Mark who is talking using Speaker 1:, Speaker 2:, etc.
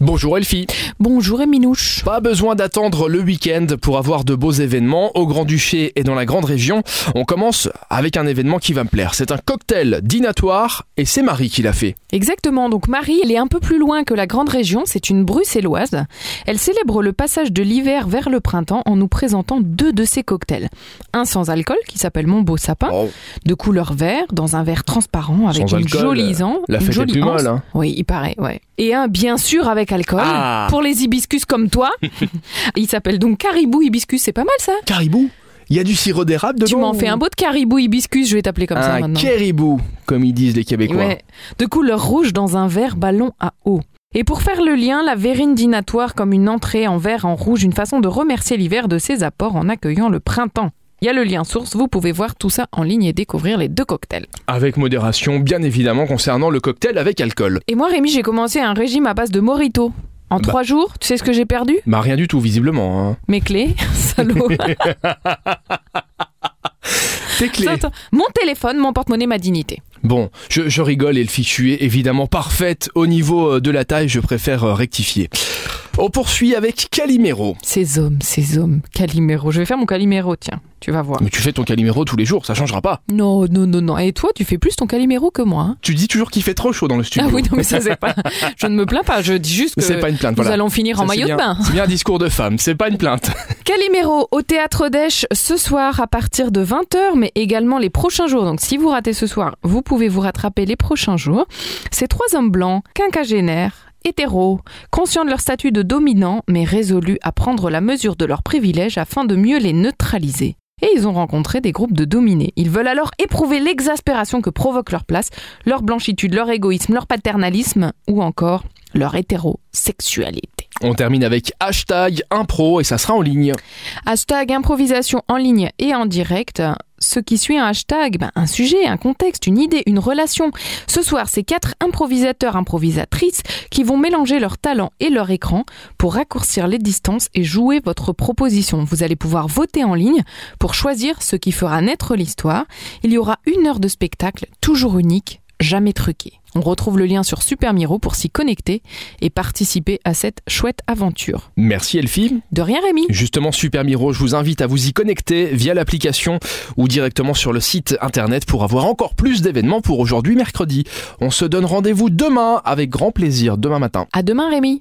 Speaker 1: Bonjour Elfie.
Speaker 2: Bonjour Minouche.
Speaker 1: Pas besoin d'attendre le week-end pour avoir de beaux événements au Grand-Duché et dans la Grande Région. On commence avec un événement qui va me plaire. C'est un cocktail dînatoire et c'est Marie qui l'a fait.
Speaker 2: Exactement, donc Marie, elle est un peu plus loin que la Grande Région, c'est une bruxelloise. Elle célèbre le passage de l'hiver vers le printemps en nous présentant deux de ses cocktails. Un sans alcool qui s'appelle Mon Beau Sapin,
Speaker 1: Oh,
Speaker 2: de couleur vert, dans un verre transparent avec
Speaker 1: Sans
Speaker 2: une
Speaker 1: alcool,
Speaker 2: jolie anse.
Speaker 1: la
Speaker 2: une
Speaker 1: fête est
Speaker 2: jolie
Speaker 1: plus
Speaker 2: anse.
Speaker 1: mal. hein.
Speaker 2: Oui, il paraît, ouais. Et un bien sûr avec alcool,
Speaker 1: Ah.
Speaker 2: pour les hibiscus comme toi. il s'appelle donc Caribou Hibiscus, c'est pas mal ça
Speaker 1: Caribou Il y a du sirop d'érable dedans
Speaker 2: Tu m'en
Speaker 1: ou-
Speaker 2: fais un beau de Caribou Hibiscus, je vais t'appeler comme ça
Speaker 1: Un
Speaker 2: maintenant.
Speaker 1: caribou, comme ils disent les Québécois.
Speaker 2: Ouais. De couleur rouge dans un verre ballon à eau. Et pour faire le lien, la verrine dinatoire comme une entrée en verre en rouge, une façon de remercier l'hiver de ses apports en accueillant le printemps. Il y a le lien source, vous pouvez voir tout ça en ligne et découvrir les deux cocktails.
Speaker 1: Avec modération, bien évidemment, concernant le cocktail avec alcool.
Speaker 2: Et moi Rémi, j'ai commencé un régime à base de morito. En
Speaker 1: Bah.
Speaker 2: trois jours, tu sais ce que j'ai perdu
Speaker 1: Bah rien du tout, visiblement. hein.
Speaker 2: Mes clés, salaud.
Speaker 1: Tes clés.
Speaker 2: Attends, Mon téléphone, mon porte-monnaie, ma dignité.
Speaker 1: Bon, je, je rigole et le fichu est évidemment parfaite au niveau euh, de la taille, je préfère euh, rectifier. On poursuit avec Calimero.
Speaker 2: Ces hommes, ces hommes, Calimero. Je vais faire mon Calimero, tiens, tu vas voir.
Speaker 1: Mais tu fais ton Calimero tous les jours, ça changera pas.
Speaker 2: Non, non, non, non. Et toi, tu fais plus ton Calimero que moi. hein.
Speaker 1: Tu dis toujours qu'il fait trop chaud dans le studio.
Speaker 2: Ah oui, non, mais ça, c'est pas. Je ne me plains pas, je dis juste que
Speaker 1: C'est
Speaker 2: nous
Speaker 1: pas une plainte, voilà.
Speaker 2: allons finir en
Speaker 1: Ça, c'est
Speaker 2: maillot de
Speaker 1: bien.
Speaker 2: bain.
Speaker 1: C'est bien un discours de femme, c'est pas une plainte.
Speaker 2: Calimero au théâtre d'Esch ce soir à partir de 20h, mais également les prochains jours. Donc, si vous ratez ce soir, vous pouvez vous rattraper les prochains jours. Ces trois hommes blancs, quinquagénaires, hétéros, conscients de leur statut de dominant, mais résolus à prendre la mesure de leurs privilèges afin de mieux les neutraliser. Et ils ont rencontré des groupes de dominés. Ils veulent alors éprouver l'exaspération que provoque leur place, leur blanchitude, leur égoïsme, leur paternalisme ou encore leur hétérosexualité.
Speaker 1: On termine avec hashtag impro et ça sera en ligne.
Speaker 2: Hashtag improvisation en ligne et en direct. Ce qui suit un hashtag, ben, un sujet, un contexte, une idée, une relation. Ce soir, c'est quatre improvisateurs, improvisatrices qui vont mélanger leurs talents et leur écran pour raccourcir les distances et jouer votre proposition. Vous allez pouvoir voter en ligne pour choisir ce qui fera naître l'histoire. Il y aura une heure de spectacle, toujours unique, jamais truqué. On retrouve le lien sur Super Miro pour s'y connecter et participer à cette chouette aventure.
Speaker 1: Merci Elfie.
Speaker 2: De rien Rémi
Speaker 1: Justement, Super Miro, je vous invite à vous y connecter via l'application ou directement sur le site internet pour avoir encore plus d'événements pour aujourd'hui mercredi. On se donne rendez-vous demain avec grand plaisir, demain matin.
Speaker 2: À demain Rémi